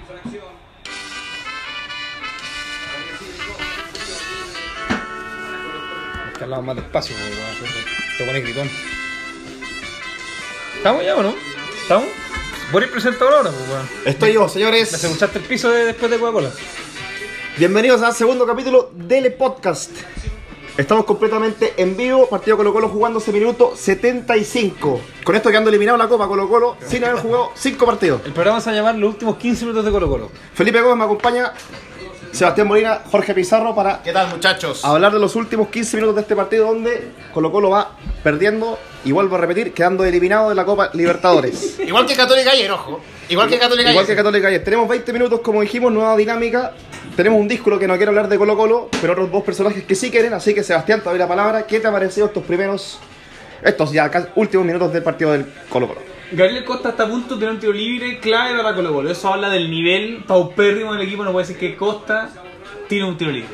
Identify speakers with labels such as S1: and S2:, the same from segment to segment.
S1: infracción.
S2: que hablamos más despacio, porque este, te pone gritón. ¿Estamos ya o no? ¿Estamos? Voy a ir presentador ahora, pues, weón.
S3: Estoy yo, señores.
S2: ¿Me escuchaste el piso de- después de Coca-Cola?
S3: Bienvenidos al segundo capítulo del podcast. Estamos completamente en vivo, partido Colo Colo jugándose minuto 75. Con esto quedando eliminado la Copa Colo Colo sin haber jugado 5 partidos.
S2: El programa se va a llamar Los últimos 15 minutos de Colo-Colo.
S3: Felipe Gómez me acompaña, Sebastián Molina, Jorge Pizarro para
S4: ¿Qué tal muchachos?
S3: hablar de los últimos 15 minutos de este partido donde Colo Colo va perdiendo y vuelvo a repetir, quedando eliminado de la Copa Libertadores.
S4: Igual que Católica ayer, ojo. Igual que Católica
S3: Igual que
S4: ayer.
S3: Católica ayer. Tenemos 20 minutos, como dijimos, nueva dinámica. Tenemos un disco que no quiero hablar de Colo Colo, pero otros dos personajes que sí quieren. Así que Sebastián, te doy la palabra. ¿Qué te ha parecido estos primeros, estos ya casi últimos minutos del partido del Colo Colo?
S5: Gabriel Costa está a punto de tener un tiro libre clave para Colo Colo. Eso habla del nivel paupérrimo del equipo. No puede ser que Costa tiene un tiro libre.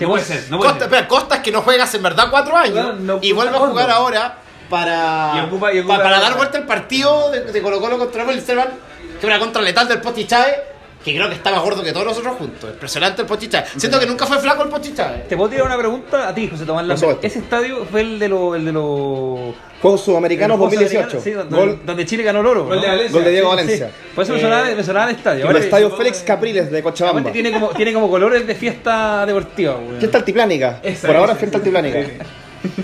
S5: No puede ser, no puede
S4: Costa,
S5: ser.
S4: espera, Costa es que no juegas en verdad cuatro
S5: Claro,
S4: años
S5: no
S4: y vuelve a
S5: ocupa
S4: jugar
S5: fondo.
S4: ahora para,
S5: Y ocupa- y
S4: pa-
S5: ocupa-
S4: para, dar vuelta el partido de, de Colo Colo contra el Serval, que una contra letal del Pochi Chávez, que creo que está más gordo que todos nosotros juntos. Impresionante el Pochi Chávez. Siento que nunca fue flaco el Pochi Chávez.
S2: Te puedo tirar una pregunta a ti, José Tomás
S3: Por
S2: Lambert.
S3: supuesto.
S2: Ese estadio fue el de los. El de los.
S3: Juegos Sudamericanos
S2: los Juegos
S3: 2018.
S2: Sudamericanos, sí, donde,
S3: Gol,
S2: donde Chile ganó el oro.
S5: Gol de
S2: ¿no?
S5: Valencia.
S3: gol de Diego
S2: Sí,
S3: Valencia.
S2: sí. Por eso me sonaba, me sonaba de estadio.
S3: En el
S2: Ahora-
S3: estadio Félix Capriles de Cochabamba.
S2: Aparte tiene como, tiene como colores de fiesta deportiva, weón.
S3: Fiesta altiplánica.
S5: Esa,
S3: Por ahora
S5: esa,
S3: fiesta
S5: esa, esa.
S3: altiplánica.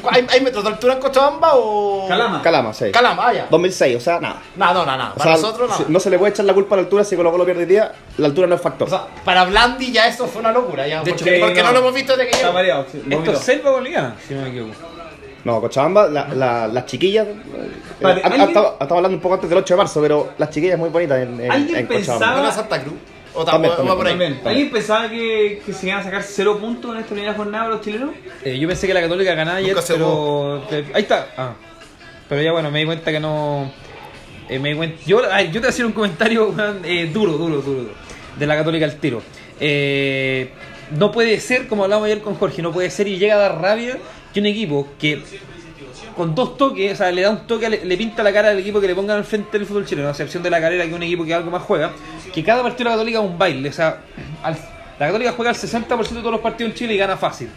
S4: ¿Hay, hay metros de altura en Cochabamba o...?
S5: Calama.
S3: Calama, sí.
S4: Calama, ah, ya.
S3: 2006, o sea, nada.
S4: No, no, no, no.
S3: O
S4: Para
S3: sea,
S4: nosotros no.
S3: si- no se le puede echar la culpa a la altura si Colo Colo pierde hoy día. La altura no es factor.
S4: O sea, para Blandi ya eso fue una locura. Ya,
S2: De
S4: porque,
S2: hecho,
S4: porque
S5: no.
S4: no. lo hemos visto desde que
S5: Está
S4: llegó.
S5: mareado. sí,
S2: Esto
S5: vomitó.
S2: es selva boliviana, si no me equivoco.
S3: No, Cochabamba, la- la- las chiquillas. eh,
S5: Vale,
S3: ha- ha-
S5: ¿alguien-
S3: estaba, estaba hablando un poco antes del 8 de marzo, pero las chiquillas muy bonitas en, en,
S5: ¿Alguien
S3: en
S5: pensaba-
S3: Cochabamba.
S4: Buena Santa Cruz. O
S3: También,
S4: tampoco,
S3: también,
S4: va por ahí.
S5: También. ¿Alguien pensaba que, que se iban a sacar cero puntos en esta primera jornada los chilenos?
S2: Eh, yo pensé que la Católica ganaba ayer,
S4: Nunca se
S2: pero. eh, Ahí está. Ah. Pero ya bueno, me di cuenta que no. eh, me di cuenta... yo, a ver, yo te voy a hacer un comentario weón, eh, duro, duro, duro, duro. De la Católica al tiro. Eh, no puede ser, como hablamos ayer con Jorge, no puede ser y llega a dar rabia que un equipo que con dos toques, o sea, le da un toque, le, le pinta la cara al equipo que le pongan al frente del fútbol chileno, a excepción de la carrera que es un equipo que algo más juega, que cada partido de la Católica es un baile, o sea, al- la Católica juega el 60% de todos los partidos en Chile y gana fácil.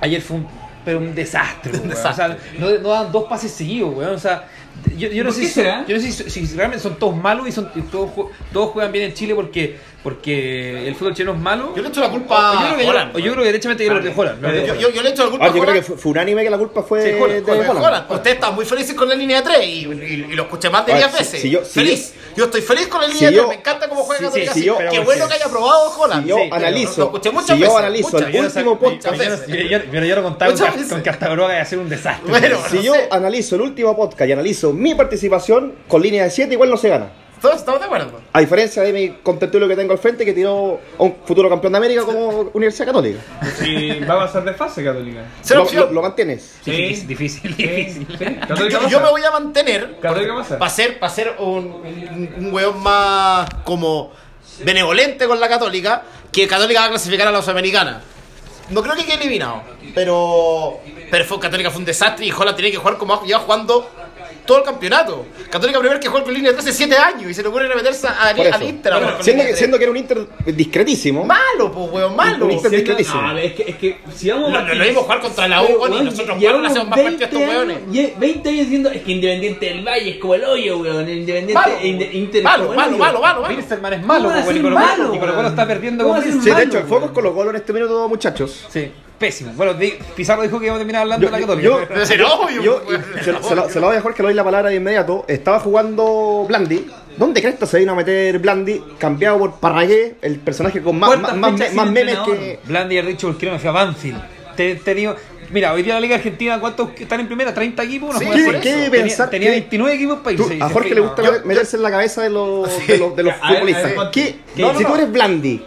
S2: Ayer fue un, pero un desastre, weón.
S4: desastre.
S2: O sea, no, no dan dos pases seguidos, weón, o sea, yo, yo no
S5: ¿Por
S2: sé
S5: qué
S2: si-
S5: será?
S2: yo no sé si, si realmente son todos malos y son y todos, ju- todos juegan bien en Chile porque porque el fútbol chileno es malo.
S4: Yo le echo la culpa
S2: O yo creo que,
S4: a Holland,
S2: o yo
S4: weón.
S2: creo que derechamente creo que es Holland, ¿no?
S5: Pero
S4: Yo, yo, yo le echo la culpa
S3: Ah,
S4: a
S3: yo creo
S4: Holland.
S3: que fue, fue unánime que la culpa fue
S2: Sí, Holland,
S3: de
S2: Holland,
S3: Holland.
S4: Holland, ustedes están muy felices con el línea 3 y, y- y lo escuché más de
S3: A ver,
S4: 10
S3: si-
S4: veces.
S3: si Ah, yo- si
S4: feliz. Yo, estoy feliz con el
S3: si
S4: línea 3,
S3: yo-
S4: me encanta cómo
S2: sí,
S4: juega
S2: sí,
S4: Católica.
S2: sí,
S4: Qué
S2: pero bueno,
S4: bueno
S2: sí.
S4: que haya probado
S3: Si
S4: Holland.
S3: yo
S4: Sí, pero Lo, lo
S3: analizo,
S4: escuché muchas
S3: si
S4: veces.
S3: yo analizo
S4: muchas.
S3: el
S2: Yo no
S3: último
S2: sab-
S3: podcast.
S2: yo- yo no- yo- yo- Pero yo lo contaba
S4: Muchas
S2: con, Cas-
S4: veces.
S2: con Castabroga y hacer un desastre.
S4: Bueno,
S2: weón.
S3: Si
S4: no
S3: yo
S4: sé.
S3: analizo el último podcast y analizo mi participación con línea de 7, igual no se gana.
S4: Todos estamos de acuerdo.
S3: A diferencia de mi contentulo que tengo al frente que tiró a un futuro campeón de América como Universidad Católica.
S5: Sí, va a pasar de fase Católica.
S4: Cero
S3: Lo,
S4: opción.
S3: lo- lo mantienes.
S2: Sí, difícil, difícil,
S5: Sí,
S2: difícil.
S5: sí.
S4: yo,
S5: Católica
S4: yo
S5: pasa.
S4: me voy a mantener
S5: Católica pasa.
S4: para ser, pa' ser un, un, un weón más como benevolente con la Católica, que Católica va a clasificar a la Sudamericana. No creo que quede eliminado, pero pero fue, Católica fue un desastre y Jola tiene que jugar como ha llevado jugando todo el campeonato. Católica primero que jugó con línea 13 7 años y se le ocurre meterse a-
S3: Por
S4: al
S3: eso.
S4: Inter. a jugar con
S3: siendo,
S4: línea
S3: que,
S4: 13.
S3: siendo que era un Inter discretísimo.
S4: malo, pues weón, malo.
S3: Un Inter
S4: Lo,
S5: Siendo-
S3: discretísimo.
S5: no, es que, es que si vamos a
S4: lo vimos jugar contra la U, weón, y nosotros weón, le hacemos más partidos a estos weones.
S5: 20 años diciendo, es que Independiente del Valle es como el hoyo, weón. Independiente e
S4: Malo,
S3: este
S5: Inde- Inter es
S4: malo,
S5: como el
S4: malo,
S5: hoyo.
S4: malo, malo, malo.
S2: Wilstermann este es malo,
S5: ¿Cómo va a
S2: weón, y
S5: ser
S2: Colo
S5: malo,
S2: Colo- y Colo Colo
S5: weón?
S2: está perdiendo
S5: ¿Cómo
S2: con
S5: va a ser
S2: Wilstermann.
S3: Sí, de hecho, el
S5: Malo,
S3: foco es
S5: weón.
S3: con los goles en este minuto, muchachos.
S2: Sí, pésimo. Bueno, di- Pizarro dijo que íbamos a terminar hablando
S3: Yo-
S2: de la Católica.
S3: yo-
S4: Pero será obvio,
S3: Yo,
S4: pues,
S3: y se, lo- se lo, se lo voy a Jorge, le doy la palabra de inmediato. Estaba jugando Blandi. ¿Dónde cresta se vino a meter Blandi? Cambiado por Parragué, el personaje con más,
S2: ¿Cuántas
S3: más, más,
S2: fechas
S3: más
S2: sin
S3: memes
S2: entrenador?
S3: que.
S2: Blandi ha dicho porque no me fui a Banfield. Te, te digo, mira, hoy día la Liga Argentina, ¿cuántos que están en primera? ¿30 equipos? No
S4: Sí,
S2: juegan
S4: ¿qué-
S2: por eso.
S3: qué
S2: tenía,
S3: pensar-
S2: tenía
S3: qué-
S2: 29 equipos para
S3: Tú-
S2: irse. y
S3: a
S2: se
S3: Jorge
S2: fue,
S3: le
S2: no.
S3: gusta meterse en la cabeza de los, de los, de los
S5: A ver,
S3: futbolistas.
S5: a ver,
S3: ¿Qué-
S5: no, no,
S3: si tú
S5: no.
S3: eres Blandi,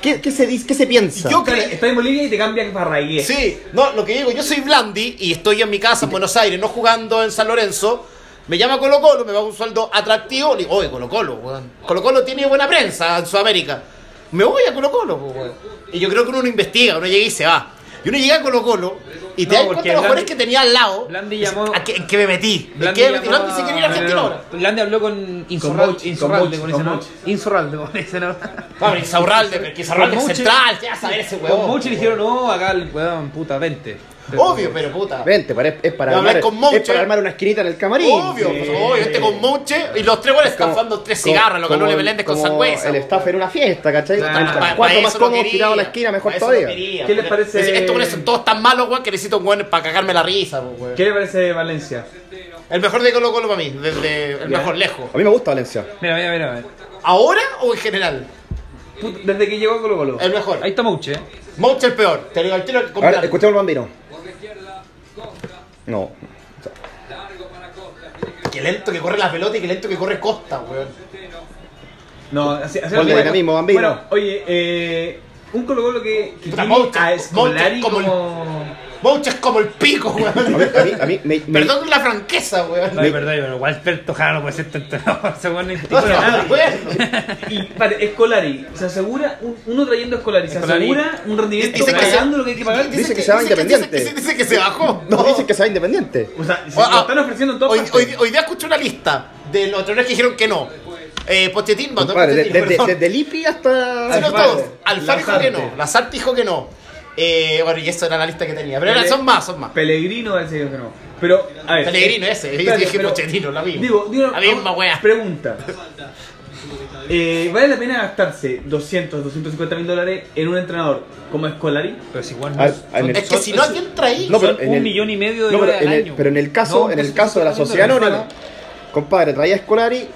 S3: ¿qué, qué se dice, qué se piensa?
S4: Yo-
S5: Está, está en Bolivia y te cambia para Raíz.
S4: Sí, no, lo que digo, yo soy Blandi y estoy en mi casa en Buenos Aires, no jugando en San Lorenzo. Me llama Colo Colo, me paga un sueldo atractivo. Le digo, oye, Colo Colo, weón. Colo Colo tiene buena prensa en Sudamérica. pues, Me voy a Colo Colo, po, weón. Y yo creo que uno no investiga, uno llega y se va. Y uno llega a Colo Colo Y
S2: No,
S4: te
S2: porque
S4: das cuenta de los
S2: Blandi-
S4: jugadores que tenía al lado.
S2: Blandi llamó-
S4: ¿A qué, en qué me metí? ¿En
S2: Blandi
S4: qué me metí?
S2: llamó
S4: Blandi se quiere ir a
S2: a-
S4: Argentina ahora.
S2: Blandi habló con Insorralde,
S5: Mochi,
S2: Insorralde
S5: con
S2: con ese
S5: Mochi.
S2: nombre. Insorralde con ese nombre.
S4: Pobre Insaurralde, porque Insaurralde es
S2: Con Mochi-
S4: central. ¿Qué vas a saber ese
S2: Con
S4: huevón?
S2: Mochi le dijeron, no, acá el weón, puta, vente.
S4: Obvio, pero puta.
S3: Vente, para- es para,
S4: Voy a hablar
S3: armar,
S4: con Monche.
S3: es para armar una esquinita en el camarín.
S4: Obvio, pues, obvio. Este con Monche y los tres huevos están fumando tres cigarros. Lo ganó
S3: le
S4: Le Meléndez con Sangüesa. pues,
S3: El staff era una fiesta, ¿cachai?
S5: Ah,
S3: Mientras
S5: pa-
S3: cuanto más cómodo tirado a la esquina, mejor todavía.
S5: ¿Qué les parece-
S4: pues. Estos güeyes son todos tan malos, weón, que necesito un weón para cagarme la risa, pues, weón.
S5: ¿Qué le parece Valencia?
S4: El mejor de Colo Colo para mí, desde el
S5: Ya.
S4: mejor lejos.
S3: A mí me gusta Valencia.
S2: Mira, mira, mira. mira.
S4: ¿Ahora o en general?
S5: Put- Desde que llegó a Colo Colo.
S4: El mejor.
S2: Ahí está Mochi, eh.
S4: Monche el peor. Te digo el tiro con
S3: Ahora,
S4: Blandi.
S3: escuchemos al bambino. No.
S4: Qué lento que corre la pelota y qué lento que corre Costa, weón.
S5: No, así, así
S3: Gol de
S5: bueno.
S3: dinamismo, Bambino.
S5: Bueno, oye, eh, un Colo Colo que, que
S4: Puta,
S5: tiene
S4: Montes,
S5: a Scolari
S4: Montes, como el-
S5: como...
S4: Monche es como el pico,
S3: A mí,
S4: weón.
S3: a mí, a mí me, me-
S4: Perdón la franqueza, weón.
S2: No, es verdad, pero Walter Tojano no puede ser tanto. Ese weón no intimida a nadie.
S4: Weón.
S5: Y para, Escolari, se asegura, un- uno trayendo a Escolari, se
S2: Escolari.
S5: asegura un rendimiento
S4: Dice que se-
S5: pagando lo que hay que pagar.
S4: Dice
S3: Dice que
S4: que-
S3: se va
S4: dice que-
S3: independiente.
S4: dice- dice que se bajó.
S3: No, dicen que sea independiente.
S5: O sea, se
S4: Ah,
S5: lo
S4: ah.
S5: están ofreciendo en todas
S4: Hoy,
S5: partes.
S4: hoy, hoy día escuché una lista de los entrenadores que dijeron que no. Eh, Pochettino, no,
S3: Compadre, de-
S4: Pochettino,
S3: de-
S4: perdón.
S3: de- desde Lipi hasta.
S4: Sí, no,
S5: Alfaro.
S4: todos. Alfaro dijo que
S5: Lazarte.
S4: no. Lazarte dijo que no. Eh, bueno, y eso era la lista que tenía. Pero ahora
S5: Pele-
S4: son más, son más.
S5: Pellegrino parece que no. Pero, a ver. eh,
S4: Pellegrino ese, yo
S5: Espérate,
S4: dije
S5: pero-
S4: Pochettino, la misma.
S5: Digo, digo,
S4: La misma
S5: no,
S4: wea.
S5: Pregunta. Eh, ¿Vale la pena gastarse 200, 250 mil dólares en un entrenador como Escolari?
S2: Pero si igual
S3: Ah,
S2: no.
S3: en el-
S4: Es que si no, ¿a quién traí?
S3: No, pero
S2: Son
S3: en
S2: un
S3: el-
S2: millón y medio de
S3: No, pero
S2: dólares
S3: en
S2: al
S3: el,
S2: año.
S3: pero en el caso,
S2: No,
S3: en el
S4: pues,
S2: casi
S3: caso de la sociedad
S2: 50
S3: anónima, compadre, traía a Scolari,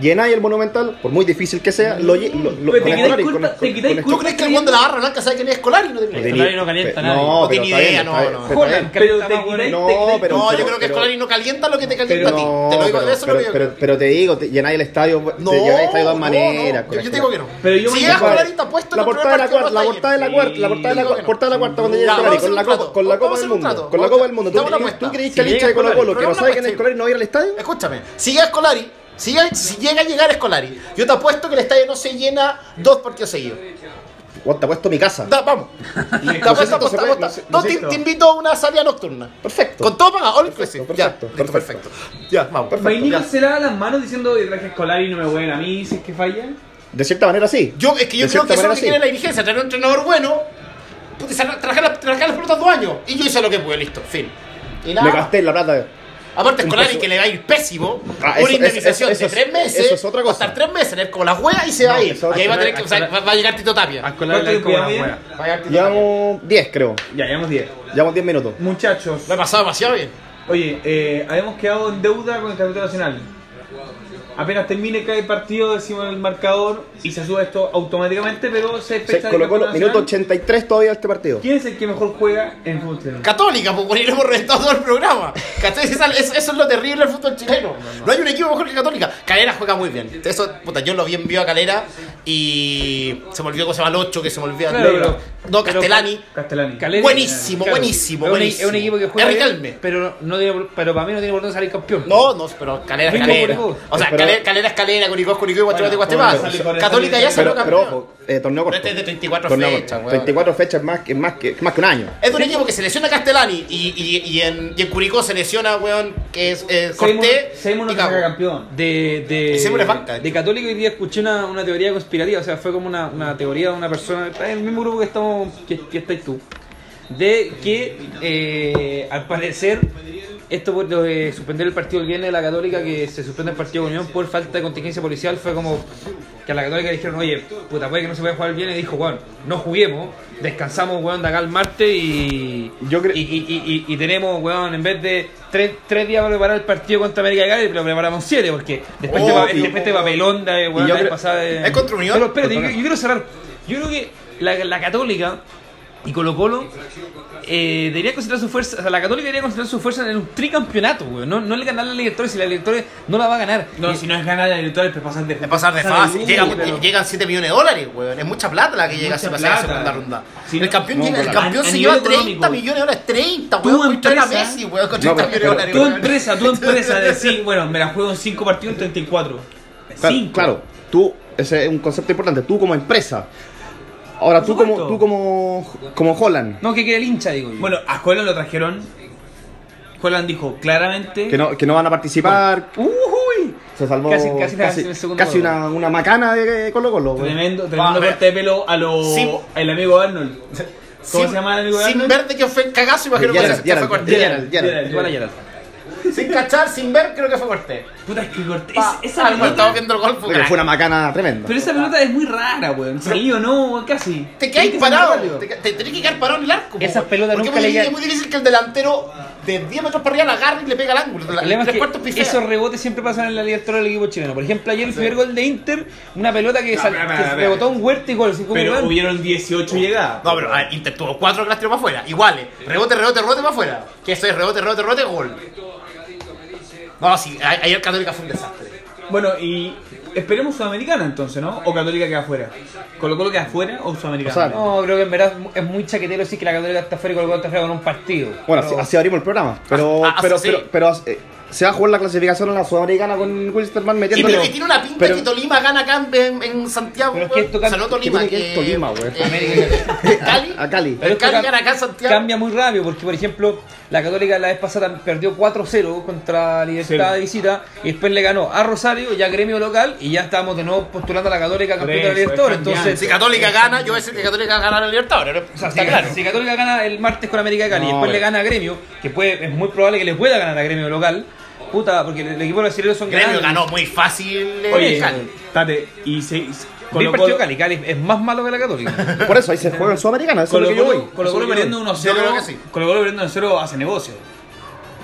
S3: llenáis el monumental, por muy difícil que sea, lo, lle- lo, lo-
S5: Pero
S3: con
S5: te quitáis
S3: Scolari,
S5: culpa-
S3: con-
S5: te
S3: con-
S5: quitáis
S3: con
S4: ¿Tú
S5: culpa.
S4: crees que el guan de la barra blanca sabe quién es Escolari? No,
S3: Scolari.
S4: tenía
S2: Scolari no calienta a
S3: Pe-
S2: nadie.
S3: No, pero
S4: No tiene
S3: está bien,
S4: idea,
S3: está
S4: no,
S3: bien,
S4: no.
S3: está
S5: Joder,
S3: bien.
S5: pero
S2: Está
S5: te
S2: más bueno.
S5: quitáis-
S3: No,
S5: te quitáis
S3: pero-
S4: No,
S5: culpa.
S4: yo creo que
S3: pero-
S4: Escolari no calienta lo que te calienta a ti.
S3: No,
S4: Te lo digo,
S3: pero,
S4: eso es lo que
S3: pero-
S4: yo
S3: pero- pero te digo, te- llenáis el estadio, te
S4: No,
S3: llenáis el estadio de dos
S4: no,
S3: maneras.
S4: no.
S3: con
S4: Yo- yo
S3: Scolari.
S4: digo que no.
S5: Pero yo
S4: Si
S5: me
S4: llega
S5: compadre,
S4: Escolari está puesto en
S3: la
S4: el primer
S3: portada de la
S4: partido
S3: cuarta, la
S4: Batalla.
S3: portada de la cuarta, la portada de la
S4: digo que
S3: cuarta,
S4: no.
S3: portada de la cuarta cuando
S4: Ya,
S3: llega
S4: vamos a
S3: Escolari,
S4: hacer
S3: con la
S4: un
S3: copa,
S4: trato.
S3: con la
S4: Vamos a
S3: copa
S4: hacer
S3: del
S4: un trato.
S3: mundo, con la copa del mundo. ¿Tú
S4: Hagamos una
S3: crees- ¿Tú
S4: apuesta.
S3: crees
S4: Si
S3: que el hincha de
S4: llega
S3: Colo Colo
S4: Escolari,
S3: que no sabe quién es
S4: programa
S3: Scolari no va a ir al estadio?
S4: Escúchame, si llega Escolari, si llega, si llega a llegar Escolari, yo te apuesto que el estadio no se llena dos partidos seguidos.
S3: Bueno, te ha puesto pues, mi casa.
S4: Da, vamos. Te apuesto,
S3: Luisito,
S4: apuesta,
S3: se puede,
S4: apuesta.
S3: Luisito.
S4: No, te, te invito a una salida nocturna.
S3: Perfecto.
S4: Con todo pagado, all inclusive.
S3: perfecto,
S4: ya, listo,
S3: perfecto.
S4: perfecto. Ya, vamos.
S3: Perfecto.
S5: Vainico
S4: Ya.
S5: se lava las manos diciendo que traje Escolari no me huelen a mí si es que falla.
S3: De cierta manera sí.
S4: Yo, es que yo
S3: De
S4: creo
S3: cierta
S4: que eso
S3: manera,
S4: es lo que
S3: sí.
S4: quiere la dirigencia, tener un entrenador bueno, puta, y sacar- trabajar, las- trabajar las pelotas dos años. Y yo hice lo que pude, listo, fin. Y nada.
S3: Le
S4: más.
S3: gasté la plata.
S4: Aparte, Escolari
S3: Impreso-
S4: que le va a ir pésimo.
S3: Ah, eso-
S4: una
S3: eso- eso-
S4: indemnización
S3: eso
S4: de
S3: es-
S4: tres meses.
S3: eso es otra cosa.
S4: Va a estar tres meses en el- como la hueá y se va a ir.
S3: eso es
S4: Y ahí va a tener que.
S2: otra-
S4: o sea, va va a llegar Tito Tapia.
S2: A colar
S5: ¿Cuánto
S2: la como
S5: tiempo
S2: una
S5: lleva
S2: wea.
S4: Va a llegar Tito Tapia.
S3: Llevamos 10, creo.
S5: Ya, llevamos 10.
S3: Llevamos 10 minutos.
S5: Muchachos,
S4: Lo he pasado demasiado bien.
S5: oye, eh, habíamos quedado en deuda con el Campeonato Nacional. Apenas termine cada partido, decimos el marcador y se sube esto automáticamente, pero
S3: Se
S5: se fecha del
S3: colocó
S5: Campeonato
S3: minuto
S5: Nacional.
S3: 83 todavía este partido.
S5: ¿Quién es el que mejor juega en fútbol chileno?
S4: Católica, pues bueno, y lo hemos reventado todo el programa. ¿Cachai? Esa- es- Eso es lo terrible del fútbol chileno. No hay un equipo mejor que Católica. Calera juega muy bien. Eso, puta, yo lo vi en vivo a Calera y se me olvidó cómo se llama el 8, que se me olvidó.
S2: Claro, pero- pero-
S4: no, Castellani.
S5: Castellani.
S2: Calera-
S4: Buenísimo, buenísimo,
S2: Es un-
S4: buenísimo.
S2: Es un equipo que juega
S4: Es
S2: bien,
S4: Riquelme.
S2: pero, no tiene- pero para mí no tiene por dónde salir campeón.
S4: No, no, pero Calera es
S2: Mismo
S4: Calera.
S2: Curicó.
S4: O sea,
S3: Pero-
S4: Calera, calera es Calera, Curicó es Curicó y Guatemala es
S5: Bueno,
S4: Guatemala.
S5: pero-
S4: Católica ya salió
S3: Pero, pero
S4: campeón.
S3: ojo, eh, torneo corto.
S4: Este es de 34
S3: Torneo
S4: fechas,
S3: corto.
S4: weón.
S3: 34 fechas es más, que- más, que, más que un año.
S4: Es de un equipo que se lesiona Castellani y, y, y, en, y en Curicó se lesiona, weón, que es eh, Corté.
S5: Seymour no
S4: y
S5: te saca
S4: Cabo.
S5: campeón.
S2: De, de,
S4: Ese es una banca.
S2: de Católica hoy día escuché una, una teoría conspirativa, o sea, fue como una, una teoría de una persona, está en el mismo grupo que estamos, que, que estáis tú, de que eh, al parecer esto por lo de suspender el partido el viernes de la Católica, que se suspende el partido de Unión por falta de contingencia policial, fue como que a la Católica le dijeron, oye, puta, puede que no se pueda jugar el viernes, y dijo, bueno, no juguemos, descansamos, weón, de acá el martes y,
S3: Yo creo-
S2: y, y, y- y tenemos, weón, en vez de tres, tres días para preparar el partido contra América de Cali, lo preparamos siete, porque después te
S4: Oh,
S2: va-
S4: y-
S2: después te papelón de, weón,
S3: yo
S2: la vez
S3: creo-
S2: pasada de-
S4: ¿Es contra Unión?
S2: Pero espérate, yo, yo quiero cerrar. Yo creo que la, la Católica y Colo Colo eh, debería concentrar su fuerza, o sea, la Católica debería concentrar su fuerza en un tricampeonato, weón. No, no le ganar a la Libertadores, si la Libertadores no la va a ganar.
S5: No,
S2: Y-
S5: si no es ganar la directora, te pasas de
S4: Es pasar de
S5: pasas
S4: fase.
S5: lujo,
S4: Llega-
S5: pero-
S4: Llegan 7 millones de dólares, weón. Es mucha plata la que llega a
S5: Mucha
S4: ser la
S5: plata.
S4: segunda ronda.
S5: Sí,
S4: el campeón,
S5: no,
S4: llega- el
S5: pero-
S4: campeón
S5: a- a
S4: se
S5: nivel
S4: lleva 30
S5: económico.
S4: millones de dólares. 30,
S5: Tu
S4: weón. Voy a entrar a
S5: empresa-
S4: Messi, weón, con
S3: No,
S4: 30
S3: pero-
S4: millones de dólares.
S5: Tu
S4: weón.
S5: empresa, tu empresa decir, bueno, me la juego en 5 partidos en 34.
S3: Claro,
S5: Cinco.
S3: claro, tú, ese es un concepto importante. Tú como empresa Ahora, tú
S5: Por
S3: como,
S5: supuesto.
S3: tú como, como Holland,
S2: No, que quiere el hincha, digo yo.
S5: Bueno, a Holland lo trajeron. Holland dijo claramente.
S3: que no, que no van a participar,
S2: ¡Uy!
S3: se salvó
S2: Casi- casi la-
S3: casi-
S2: el segundo
S3: casi
S2: gol.
S3: una, una macana de Colo Colo.
S5: Tremendo, tremendo
S4: Va, a
S5: corte de pelo a lo,
S4: Sí.
S5: el amigo Arnold. ¿Cómo
S4: Sin-
S5: se llama el amigo
S4: Sin
S5: Arnold?
S4: ver de que fue cagazo, imagino que
S3: Gerald,
S4: fue- que fue
S3: Gerald,
S4: corte.
S3: Gerald, Gerald.
S2: Igual a Gerard.
S4: Sin cachar, sin ver, creo que fue corte.
S5: Puta, es que corté.
S4: Pa,
S5: es- esa
S4: algo
S5: pelota-
S4: estaba viendo el golf.
S3: Oye, Fue una macana tremenda.
S5: Pero esa pelota es muy rara, weón. Salió, no, casi.
S4: Te
S5: Tenés
S4: quedáis
S5: que
S4: parado,
S5: sacarlo.
S4: te, te tenés que quedar parado en el arco. po,
S2: Esas
S4: weón.
S2: pelotas
S4: Porque
S2: nunca
S4: es
S2: le
S4: muy-
S2: llegan.
S4: Es muy difícil que el delantero de 10 metros para arriba la agarre y le pega al ángulo.
S2: El
S4: La-
S2: problema es
S4: tres
S2: que
S4: cuartos pifea.
S2: esos rebotes siempre pasan en la Libertadores del equipo chileno. Por ejemplo, ayer el primer gol de Inter, una pelota que,
S5: No,
S2: sal-
S5: espera,
S2: que
S5: espera, espera.
S2: rebotó un huerto y gol. así como
S5: Pero
S2: gol.
S5: hubieron 18 llegadas.
S4: No, pero a ver, Inter tuvo 4 que las tiró para afuera. Iguales. Rebote, rebote, rebote para afuera. Que eso es rebote, rebote, rebote, gol. No, sí, a- ayer Católica fue un desastre.
S5: Bueno, y esperemos Sudamericana entonces, ¿no? O Católica queda afuera. Colo Colo queda afuera o Sudamericana.
S3: O sea,
S2: No, creo que en verdad es muy chaquetero decir que la Católica está fuera y Colo Colo está fuera con un partido.
S3: Bueno, así,
S2: Pero-
S3: así abrimos el programa. Pero,
S4: Ah, ah,
S3: pero,
S4: sí.
S3: pero, pero, eh, se va a jugar la clasificación en la Sudamericana con Wilstermann
S4: Y
S3: metiendo.
S4: pero que tiene una pinta que Tolima gana acá en, en- en Santiago.
S2: Pero es
S4: weón.
S2: que esto cambia-
S4: O sea, no Tolima,
S3: que tiene que
S4: que.
S3: ir Tolima, weón.
S4: eh, Cali.
S3: A Cali.
S4: Pero
S2: esto
S4: Cali
S2: cam-
S4: gana acá en Santiago.
S2: Cambia muy rápido, porque por ejemplo, la Católica la vez pasada perdió 4-0 contra Libertad
S5: Sí.
S2: de visita y después le ganó a Rosario, ya gremio local, y ya estábamos de nuevo postulando a la Católica campeona de
S5: Por
S2: la
S5: eso,
S2: Libertadores.
S5: es cambiante.
S2: Entonces,
S4: Si Católica gana, yo voy a decir que Católica gana la Libertadores. ¿no?
S2: o sea,
S4: Está
S2: si,
S4: claro.
S2: si Católica gana el martes con América de Cali y
S3: No,
S2: después le
S3: pero-
S2: gana a Gremio, que puede, es muy probable que le pueda ganar a Gremio local, puta, porque el, el equipo brasileño son
S4: Gremio
S2: grandes.
S4: ganó muy fácil. eh,
S5: Oye,
S4: Cali.
S5: Tate, y se.
S2: Bien
S5: Colo
S2: partido
S5: Colo,
S2: Cali, Cali es más malo que la Católica.
S3: Por eso ahí se juega en Sudamericana, eso es
S5: Colo
S3: lo que yo
S5: Colo,
S3: voy.
S5: Colo
S3: Eso
S5: Colo
S3: es lo que
S5: perdiendo
S3: yo voy.
S5: 1-0.
S4: Yo creo que sí.
S5: Colo Colo perdiendo 1-0 hace negocio.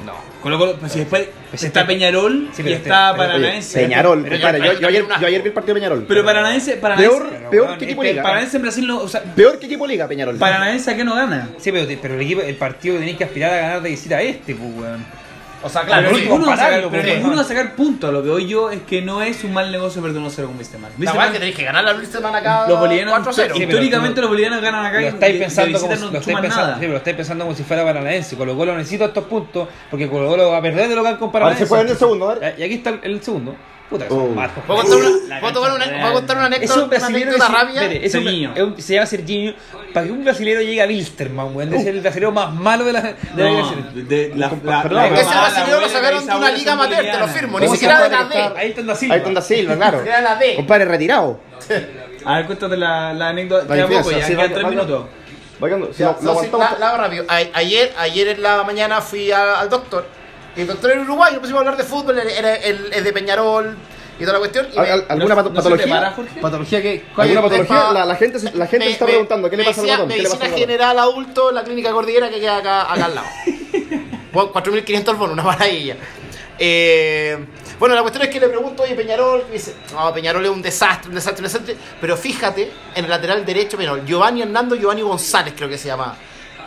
S2: no.
S5: Colo Colo, pues si después
S2: Pues
S5: está
S2: este-
S5: Peñarol
S2: Sí,
S5: y
S2: pero este-
S5: está
S2: pero oye,
S3: Oye,
S5: Paranaense.
S3: Peñarol,
S4: Pero
S3: compadre,
S4: Peñarol-
S3: yo, yo ayer,
S4: Peñarol-
S3: yo ayer vi el partido de Peñarol.
S5: Pero Paranaense, Paranaense,
S3: peor, peor
S2: weón,
S3: que equipo
S2: este-
S3: liga.
S5: Paranaense en Brasil no, o sea,
S3: Peor que equipo liga, Peñarol.
S5: Paranaense a qué no gana.
S2: Sí, pero, te- pero el, equipo, el partido que tenéis que aspirar a ganar de visita a este, pues, weón.
S4: O sea,
S5: Pero
S4: claro. sí.
S5: ninguno va a sacar,
S2: compararlo,
S5: pero
S2: pues,
S5: ninguno va a
S2: weón.
S5: sacar punto. Lo que hoy yo es que no es un mal negocio perder 1-0 con Wisterman.
S4: La verdad que tenéis que ganar la Wilstermann acá.
S5: Los bolivianos,
S4: 4-0.
S2: Sí, pero
S5: históricamente
S2: tú-
S5: los bolivianos ganan acá
S2: Lo
S5: y
S2: estáis
S5: de- de
S2: pensando como
S5: visita
S2: si-
S5: no
S2: lo estáis
S5: suman
S2: pensando-
S5: nada.
S2: sí, pero lo estáis pensando como si fuera paranaense. Colo Colo necesita estos puntos porque Colo Colo va a perder de local con
S3: Ahora
S2: Paranaense.
S3: se juega en el segundo, a ver.
S2: Ya- Y aquí está el, el segundo. Puta, que
S3: Oh.
S2: son malos.
S4: ¿Puedo contar una,
S5: La
S4: ¿puedo tomar una-
S5: cancha
S4: ¿puedo contar una
S2: Es un
S4: anécdota, una
S2: brasileño que
S4: anécdota
S2: se-
S4: rabia?
S2: espere, es un-
S5: Serginho.
S2: es un- se llama Serginho. Para que un brasileño llegue a Wilstermann, weón.
S3: Uh.
S2: Es el brasileño más malo de la. De la
S5: No,
S2: selección.
S5: de- la- la-
S3: Perdón,
S5: la-
S3: pero-
S5: la-
S4: Ese
S5: la-
S4: brasileño lo
S5: la-
S4: sacaron de
S5: la-
S4: una
S5: la-
S4: liga
S5: la-
S4: amateur, te lo
S5: boliviana.
S4: firmo. Ni
S3: ¿Cómo se
S4: siquiera de
S3: llama
S4: la
S3: el que está-
S4: D.
S2: Ahí está la Silva.
S3: Ahí está Onda Silva, claro.
S4: Era la D.
S3: Compadre, retirado.
S5: A ver, cuéntate la, la anécdota.
S3: La
S5: Queda poco
S3: defensa,
S5: ya,
S3: sí,
S5: quedan
S3: va-
S5: tres
S3: va-
S5: minutos.
S3: Va quedando- si
S4: Ya,
S3: lo-
S4: sí,
S3: lo
S4: sí,
S3: aguantamos-
S4: la- la hago rápido. A- ayer, ayer en la mañana fui a- al doctor. Y el doctor era uruguayo, empezamos a hablar de fútbol, era- era- el el de Peñarol y toda la cuestión. Y
S3: ¿Al-
S4: me-
S3: al- ¿Alguna
S5: ¿No-
S3: pato-
S5: no se prepara,
S3: patología?
S5: Jorge?
S2: Patología que.
S3: ¿Alguna
S4: Oye,
S3: patología?
S4: pa-
S3: La, la gente, se- la gente
S4: me-
S3: se está
S4: me-
S3: preguntando, ¿qué le
S4: me
S3: pasa al
S4: decía
S3: ratón? ¿Qué le pasa
S4: Medicina
S3: al ratón?
S4: general adulto en la clínica cordillera que queda acá, acá al lado. Bueno, 4.500 bonos, una maravilla. Eh, bueno, la cuestión es que le pregunto, oye, Peñarol, y dice, no, Peñarol es un desastre, un desastre, un desastre. Pero fíjate, en el lateral derecho, Peñarol, Giovanni Hernando, Giovanni González, creo que se llamaba.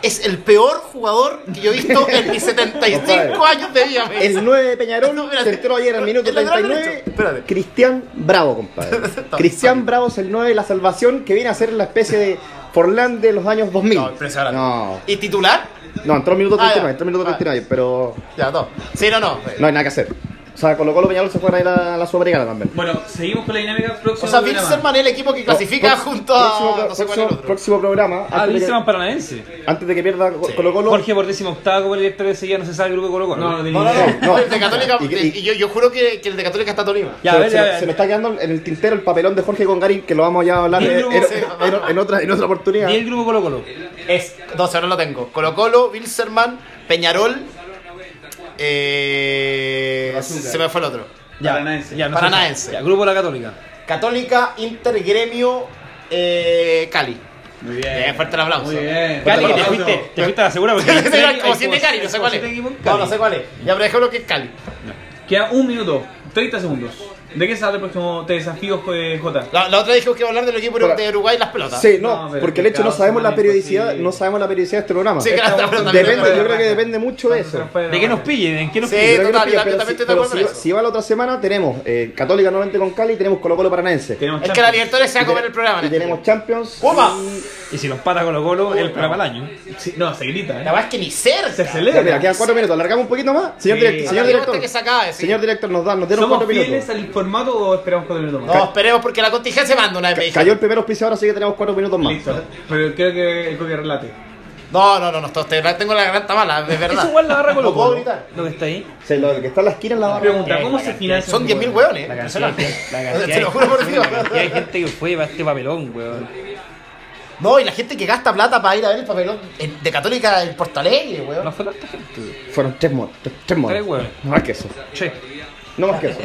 S4: Es el peor jugador que yo he visto en mis 75 años de vida. me dice.
S3: El 9 de Peñarol
S4: No, espérate.
S3: se entró ayer al minuto
S4: El lateral
S3: 39.
S4: derecho. Espérate.
S3: Cristian Bravo, compadre. Cristian Bravo es el 9 de la salvación que viene a ser la especie de Forlán de los años 2000.
S4: No, impresionante.
S3: No,
S4: ¿Y titular?
S3: no, entró al minuto
S4: Ah, ya.
S3: 39, entró al minuto
S4: Ah.
S3: 39, pero
S4: Ya, no. Sí, no, no.
S3: no hay nada que hacer. O sea, Colo Colo Peñarol se fuera de la, la Sudamericana también.
S5: Bueno, seguimos con la dinámica
S4: O
S5: próxima.
S4: sea, Wilstermann es el equipo que clasifica
S3: Pro-
S4: junto a.
S3: Próximo,
S4: No sé cuál es el
S3: próximo-
S4: otro.
S3: próximo programa,
S2: Ah,
S3: antes, de
S2: Wilstermann
S3: que,
S2: Paranaense.
S3: antes de que pierda Co-
S4: Sí.
S3: Colo Colo.
S2: Jorge por décimo octavo, el director de Sevilla, no se sabe el grupo de Colo Colo.
S5: No, no,
S4: No, no, no.
S3: No.
S4: El de Católica.
S3: Y-
S4: de-
S3: y-
S4: y yo, yo juro que, que el de Católica está Tolima.
S2: Ya,
S3: se,
S2: a ver,
S3: se-
S2: ya, ya.
S3: se me está quedando en el tintero el papelón de Jorge Congarín, que lo vamos ya a hablar en,
S2: Bien,
S3: en-
S2: sí.
S3: en- en otra, en otra oportunidad.
S2: Y el grupo Colo Colo.
S4: Es, no, ahora lo tengo. Colo Colo, Wilserman, Peñarol. Eh, se me fue el otro.
S2: Ya,
S5: Paranaense.
S2: Ya, no sé.
S4: Paranaense.
S2: Ya, grupo de la Católica.
S4: Católica, Inter, Gremio, eh, Cali.
S5: Muy
S4: Bien, fuerte el aplauso.
S5: Muy bien.
S2: Cali, que te
S4: Cuéntalo.
S2: fuiste, te fuiste a la segura porque. hay
S4: Era
S2: seis-
S4: como
S2: hay
S4: siete Cali, no sé cuál
S2: siete
S4: es.
S2: equipos en
S4: No,
S2: Cali.
S4: no sé cuál es. Ya, pero déjalo que es Cali.
S5: Queda un minuto, 30 segundos. ¿De qué sale el próximo te desafío, eh, Jota?
S4: La, la otra dijo que iba a hablar del equipo
S3: Para-
S4: de Uruguay y las pelotas.
S3: Sí, no,
S5: No, pero
S3: porque
S5: qué
S3: el hecho no
S5: caos,
S3: sabemos la
S5: hermano,
S3: periodicidad,
S5: imposible.
S3: no sabemos la periodicidad de este programa.
S4: Sí, claro, pero también-
S3: Depende, yo creo que depende mucho de eso.
S2: ¿De qué nos pillen? ¿En qué nos
S4: Sí.
S2: pillen?
S3: Pero yo
S4: total,
S3: creo que-
S4: yo
S3: pero
S4: también
S3: si-
S4: estoy de acuerdo
S3: pero
S4: en
S3: si-
S4: eso.
S3: si va la otra semana tenemos eh, Católica nuevamente con Cali, tenemos Colo Colo Paranaense.
S5: Tenemos
S4: Es que la
S5: Champions.
S4: Libertadores se va a comer el programa.
S3: Y
S4: Nacho.
S3: tenemos Champions.
S4: ¡Opa!
S3: y-
S2: Y si los pata Colo Colo, el programa al año.
S5: Sí, no, se grita,
S4: La
S5: ¿eh?
S4: verdad es que ni cerca.
S5: Se
S3: Ya,
S5: acelera.
S3: mira, quedan cuatro minutos, alargamos un poquito más. Señor,
S5: Sí.
S3: direct- señor
S4: Alargamos hasta
S3: director,
S4: que se acabe, sí.
S3: señor director, nos, da, nos dieron
S5: Somos
S3: cuatro
S5: fieles
S3: minutos.
S5: al formato o esperamos cuatro minutos más?
S4: No, esperemos porque la contingencia manda una vez. me
S3: Ca-
S4: dijeron.
S3: Cayó el primer auspiciador, así que tenemos cuatro minutos más.
S5: Listo. Pero creo que el copia relate.
S4: No, no, no, no, te- tengo la garganta mala, es verdad.
S2: Es igual la barra Colo
S4: No puedo
S2: Colo.
S4: gritar.
S2: Lo que está ahí.
S3: Sí, lo del que está en la esquina en la barra.
S5: Pregunta, ¿cómo se financia?
S4: Son
S5: un
S4: 10.000
S5: jugador?
S4: hueones. eh.
S2: La cantidad, de gente- la cantidad
S4: Te lo juro por
S2: de-
S4: Dios.
S2: la cantidad de gente que fue para este papelón, weón.
S4: No, y la gente que gasta plata para ir a ver el papelón en- de Católica del Porto Alegre, weón.
S2: No fue tanta gente, weón.
S3: Fueron tres monos. Tres, tres monos.
S2: Tres hueones.
S3: No más que eso.
S2: Che.
S3: No más que eso.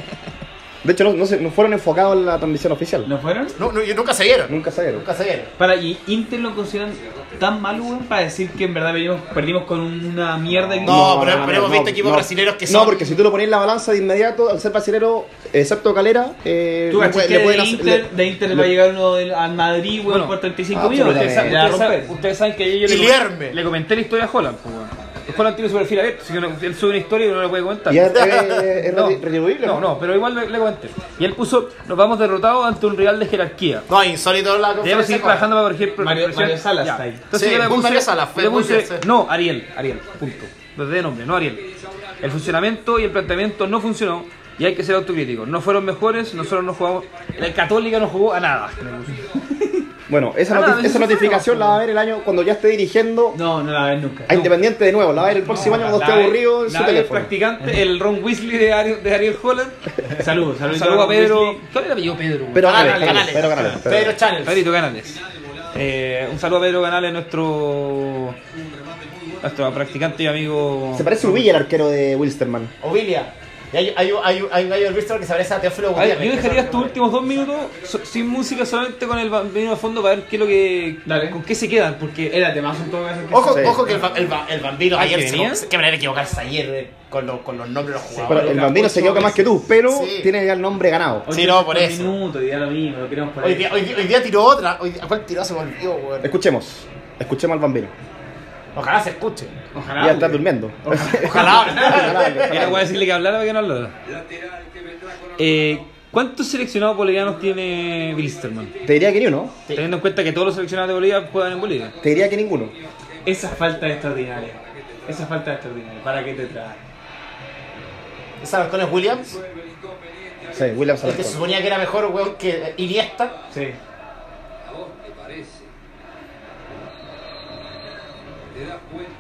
S3: De hecho, no, no, se- no fueron enfocados en la transmisión oficial.
S5: ¿No fueron?
S4: No, no, y nunca se
S2: Mm.
S4: vieron.
S3: Nunca salieron.
S4: Nunca se vieron.
S5: Para, ¿y Inter lo consideran tan malo, weón, para decir que en verdad perdimos, perdimos con una mierda? y-
S4: No, pero- pero hemos visto equipos brasileros que
S3: No,
S4: son-
S3: porque si tú lo pones en la balanza de inmediato, al ser brasilero, excepto Calera, eh,
S5: Tú
S3: le
S5: cachai
S3: puede-
S5: que
S3: le pueden
S5: de
S3: hacer-
S5: Inter,
S3: le-
S5: de Inter le
S3: le-
S5: va a llegar uno del- al Madrid, weón,
S2: Bueno,
S5: por 35 millones.
S3: absolutamente.
S2: Ustedes, saben-
S5: Le va a
S2: ustedes saben-
S5: romper.
S2: ustedes saben que ayer yo le,
S4: Chilierme.
S2: comenté, le comenté la historia de Holland, pues, weón. Holland tiene su perfil abierto, así que no- él sube una historia y uno no la puede comentar.
S3: Y es, es- es reti- retribuible.
S2: no, no, pero igual le, le comenté. Y él puso, nos vamos derrotados ante un rival de jerarquía.
S4: No, insólito la
S2: Debemos seguir
S4: con-
S2: trabajando para corregir pro-
S5: Mario-
S2: presión.
S5: Mario Salas
S2: Ya.
S5: está ahí.
S2: Entonces
S4: Sí,
S2: yo le
S4: Bun
S2: puse,
S4: Mario Salas, fue
S2: le
S4: muy
S2: puse-
S4: bien, sí.
S2: no, Ariel, Ariel, punto. Desde nombre, no Ariel. El funcionamiento y el planteamiento no funcionó y hay que ser autocríticos. No fueron mejores, nosotros no jugamos. La Católica no jugó a nada.
S3: Bueno, esa,
S2: Ah,
S3: noti-
S2: no, eso
S3: esa
S2: sí,
S3: notificación
S2: no.
S3: la va a ver el año cuando ya esté dirigiendo
S5: No, no la ves nunca.
S3: a Ah, Independiente de nuevo. La va a ver el próximo año cuando esté aburrido en su
S2: la- el
S3: teléfono.
S2: practicante, el Ron Weasley de Ariel, de Ariel Holland.
S5: Saludos, saludos.
S2: Saludos a Pedro. ¿Cuál era el apellido Pedro? güey?
S3: Pero
S4: Canales,
S3: Canales,
S4: canales.
S3: Pedro Canales, Pedro.
S4: Pedro Channels.
S2: Pedrito Canales. Eh, un saludo a Pedro Canales, nuestro nuestro practicante y amigo.
S3: Se parece a Uvilla el arquero de Wilsterman.
S4: Ah, Ovilia. Y hay, hay, hay, hay un gallo del Bristol que se parece a Teófilo
S2: A ver,
S4: Gutiérrez.
S2: yo dejaría estos últimos dos minutos so- sin música, solamente con el bambino de fondo para ver qué es lo que.
S5: Dale.
S2: con qué se quedan, porque.
S5: Era temazo en todo caso. que-
S4: Ojo,
S3: Sí.
S4: ojo que el, ba- el, ba- el bambino
S2: Ah,
S4: ayer
S2: ¿que
S4: se
S2: venía?
S4: equivocó. Qué manera de equivocarse ayer eh, con, los con los nombres de los
S3: Pero
S4: jugadores.
S3: el bambino se equivoca más que tú, pero
S4: Sí.
S3: tiene ya el nombre ganado.
S5: Hoy
S4: Sí,
S5: tenemos
S4: no, por
S5: un
S4: eso.
S5: minuto, y ya lo mismo, lo queremos por
S4: hoy,
S5: ahí.
S4: día, hoy, día- hoy día tiró otra. Hoy, día- ¿Cuál tiró? Se me olvidó, weón.
S3: Escuchemos, escuchemos al bambino.
S4: Ojalá se escuche.
S5: Ojalá.
S3: Ya está
S5: weón.
S3: durmiendo.
S4: Ojalá.
S2: Era voy a decirle que hablara para que no hablara. Eh, ¿Cuántos seleccionados bolivianos tiene Wilstermann?
S3: Te diría que ni uno.
S4: Sí.
S2: Teniendo en cuenta que todos los seleccionados de Bolivia juegan en Bolivia.
S3: Te diría que ninguno.
S5: Esa falta es extraordinaria. Esa falta es extraordinaria. ¿Para qué te trae?
S4: ¿Esa balcón es Williams?
S3: Sí, Williams
S4: El que se
S3: Alarcón.
S4: suponía que era mejor, weón, que Iniesta.
S5: Sí.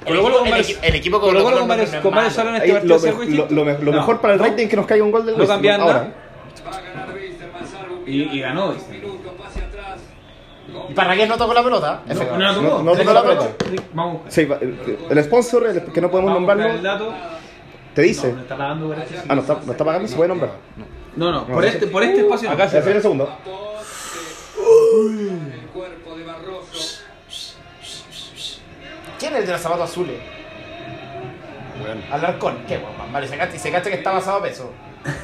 S4: El,
S2: Colo Colo
S4: equipo,
S2: con
S4: el
S2: varios-
S4: equi- el equipo con
S2: Colo Colo
S4: Colo
S2: con
S4: Colo no
S2: varios-
S4: es
S2: con varios
S4: malo.
S2: salones
S3: Ahí
S2: este
S3: lo,
S2: partido se
S3: me-
S2: fue
S3: lo,
S2: distinto.
S3: lo me- lo
S2: No,
S3: mejor para el rating es que nos caiga un gol del
S2: No
S3: Wilstermann.
S2: cambian nada.
S3: Ahora,
S5: Y, y ganó. dice.
S4: Y Parragués no tocó la pelota. ¿eh?
S5: No, no,
S3: no-
S5: tocó.
S3: no
S5: Tres
S3: tocó la
S5: goles.
S3: pelota.
S5: Vamos a buscar.
S3: sí, va- el el sponsor, el que no podemos
S5: Vamos a buscar el
S3: nombrarlo,
S5: dato.
S3: te
S5: No,
S3: dice.
S5: no está pagando por este.
S3: Ah, no está, no está pagando, se puede nombrar.
S5: No, no,
S3: no.
S5: por este, por este espacio. no.
S2: Acá
S3: Se el segundo.
S4: ¿Quién es el de los zapatos azules? Alarcón. Qué weón, más malo. Y Se cacha, y se cacha que está basado a peso.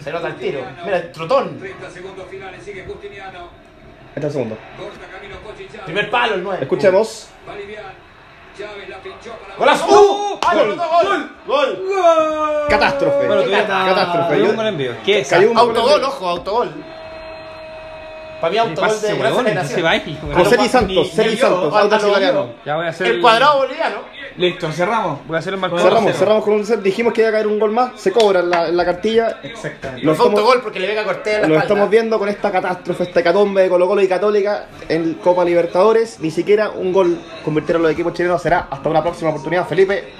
S4: Se nota el tiro. Mira, el trotón.
S1: 30 segundos finales, sigue Justiniano.
S3: Entra el segundo.
S1: Corta camino Cochichar.
S4: Primer palo, el 9.
S3: Escuchemos.
S1: Balivian. Chávez la pinchó para.
S4: ¡Golazo! ¡Uh! ¡Ah, gol, gol! ¡Gol!
S3: Catástrofe.
S2: Bueno, tuvieron-
S3: Catástrofe.
S2: Cayó un gol
S3: Yo-
S2: en vivo. ¿Qué es?
S3: Cayó un gol en
S4: Autogol,
S3: vivo.
S4: ojo, autogol. Para mí, autogol
S2: Pase,
S4: de gran
S2: weón, se va
S4: generación.
S2: ahí, weón.
S3: José Di
S4: Ni- ni
S3: Santos, Celi
S4: yo,
S3: Santos,
S4: hasta
S3: Audax
S4: lo vio.
S3: Italiano.
S2: Ya voy a hacer
S4: El cuadrado boliviano.
S5: Listo, cerramos.
S2: Voy a hacer el marcador.
S3: Cerramos,
S2: Cero.
S3: cerramos con un set. Dijimos que iba a caer un gol más. Se cobra en la, en la cartilla.
S5: Exactamente.
S3: Lo
S4: Fue
S3: estamos,
S4: autogol porque le pega Cortés a la
S3: lo
S4: espalda.
S3: estamos viendo con esta catástrofe, esta catombe de Colo Colo y Católica en Copa Libertadores. Ni siquiera un gol convirtieron los equipos chilenos. Será hasta una próxima oportunidad, Felipe.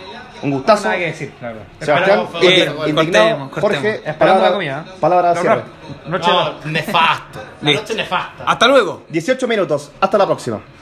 S3: Un gustazo.
S2: Nada que decir, claro.
S3: Sebastián,
S4: Esperamos, por favor,
S3: eh,
S4: gol.
S3: indignado.
S2: Cortemos, cortemos.
S3: Jorge,
S2: Esperando
S3: palabra-
S2: la comida.
S3: Palabra de
S2: Lo
S3: cierre.
S2: rap.
S4: No,
S2: Noche de rap.
S4: nefasto. La
S5: Listo.
S4: noche nefasta.
S5: Hasta luego.
S3: 18 minutos. Hasta la próxima.